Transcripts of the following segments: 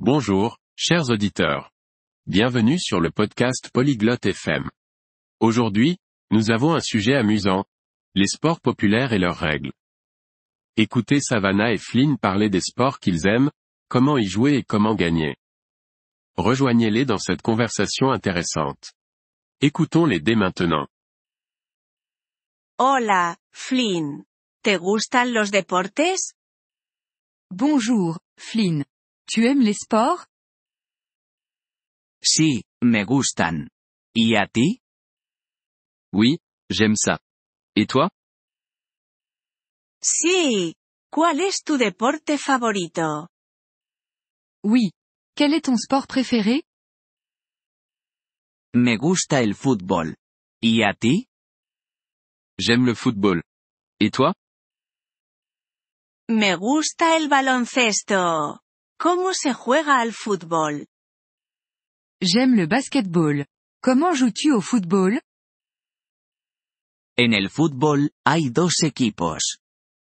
Bonjour, chers auditeurs. Bienvenue sur le podcast Polyglotte FM. Aujourd'hui, nous avons un sujet amusant. Les sports populaires et leurs règles. Écoutez Savannah et Flynn parler des sports qu'ils aiment, comment y jouer et comment gagner. Rejoignez-les dans cette conversation intéressante. Écoutons-les dès maintenant. Hola, Flynn. ¿Te gustan los deportes? Bonjour, Flynn. Tu aimes les sports Sí, me gustan. ¿Y a ti? Oui, j'aime ça. Et toi Sí. ¿Cuál es tu deporte favorito? Oui. Quel est ton sport préféré Me gusta el fútbol. ¿Y a ti? J'aime le football. Et toi Me gusta el baloncesto. ¿Cómo se juega al fútbol? J'aime le basketball. Comment joues-tu au football En el fútbol, hay dos equipos.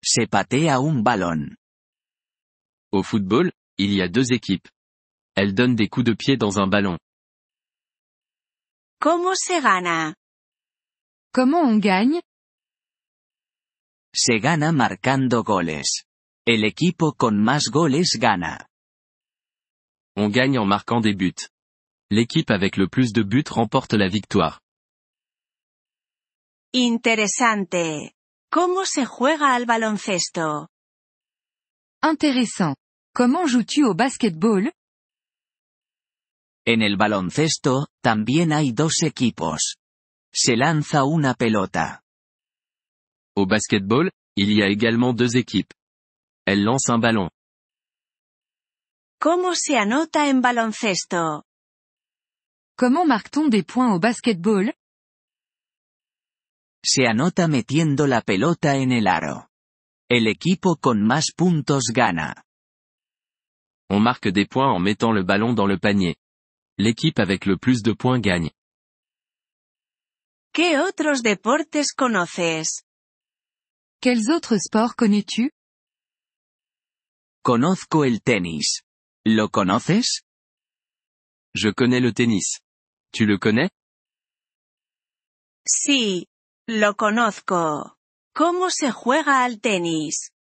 Se patea un balón. Au football, il y a deux équipes. Elles donnent des coups de pied dans un ballon. ¿Cómo se gana? Comment on gagne Se gana marcando goles. El equipo con más goles gana. On gagne en marquant des buts. L'équipe avec le plus de buts remporte la victoire. Interesante. ¿Cómo se juega al baloncesto? Intéressant. Comment joues-tu au basketball En el baloncesto, también hay dos equipos. Se lanza una pelota. Au basketball, il y a également deux équipes. Elles lancent un ballon. ¿Cómo se anota en baloncesto? Comment marque-t-on des points au basketball Se anota metiendo la pelota en el aro. El equipo con más puntos gana. On marque des points en mettant le ballon dans le panier. L'équipe avec le plus de points gagne. ¿Qué otros deportes conoces? Quels autres sports connais-tu Conozco el tenis. ¿Lo conoces? Je connais le tennis. Tu le connais Sí. Lo conozco. ¿Cómo se juega al tenis?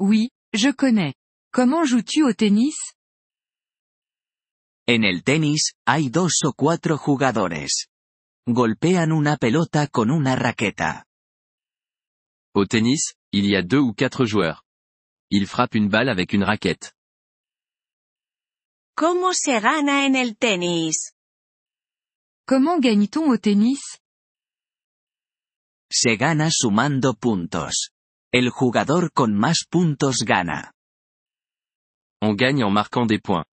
Oui, je connais. Comment joues-tu au tennis En el tenis, hay dos o cuatro jugadores. Golpean una pelota con una raqueta. Au tennis, il y a deux ou quatre joueurs. Ils frappent une balle avec une raquette. ¿Cómo se gana en el tenis? Comment gagne-t-on au tennis Se gana sumando puntos. El jugador con más puntos gana. On gagne en marquant des points.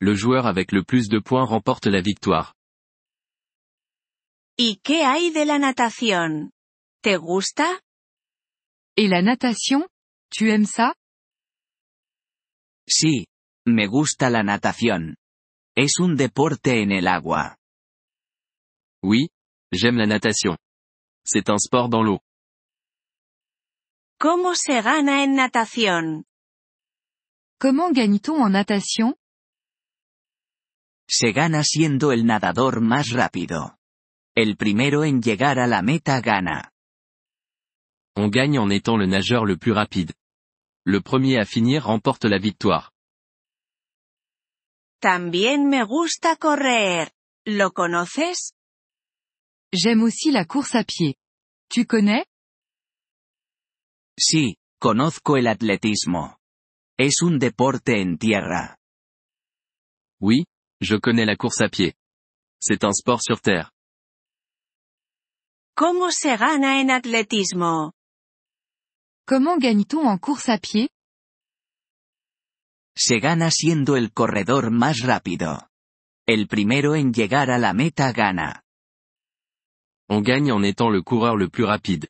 Le joueur avec le plus de points remporte la victoire. ¿Y qué hay de la natación? ¿Te gusta? Et la natation Tu aimes ça Sí. Me gusta la natación. Es un deporte en el agua. Oui, j'aime la natation. C'est un sport dans l'eau. ¿Cómo se gana en natación? Comment gagne-t-on en natation Se gana siendo el nadador más rápido. El primero en llegar a la meta gana. On gagne en étant le nageur le plus rapide. Le premier à finir remporte la victoire. También me gusta correr. ¿Lo conoces? J'aime aussi la course à pied. Tu connais Sí, conozco el atletismo. Es un deporte en tierra. Oui, je connais la course à pied. C'est un sport sur terre. ¿Cómo se gana en atletismo? Comment gagne-t-on en course à pied Se gana siendo el corredor más rápido. El primero en llegar a la meta gana. On gagne en étant le coureur le plus rapide.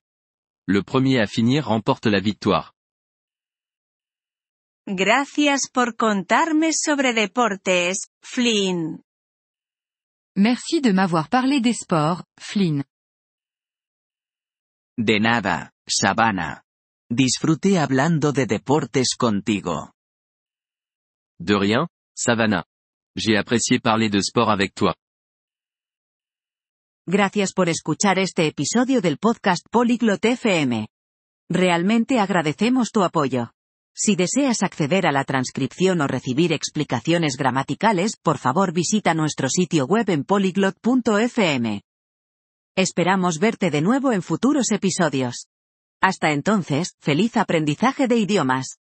Le premier à finir remporte la victoire. Gracias por contarme sobre deportes, Flynn. Merci de m'avoir parlé des sports, Flynn. De nada, Sabana. Disfruté hablando de deportes contigo. De rien, Savannah. J'ai apprécié parler de sport avec toi. Gracias por escuchar este episodio del podcast Polyglot FM. Realmente agradecemos tu apoyo. Si deseas acceder a la transcripción o recibir explicaciones gramaticales, por favor visita nuestro sitio web en polyglot.fm. Esperamos verte de nuevo en futuros episodios. Hasta entonces, feliz aprendizaje de idiomas.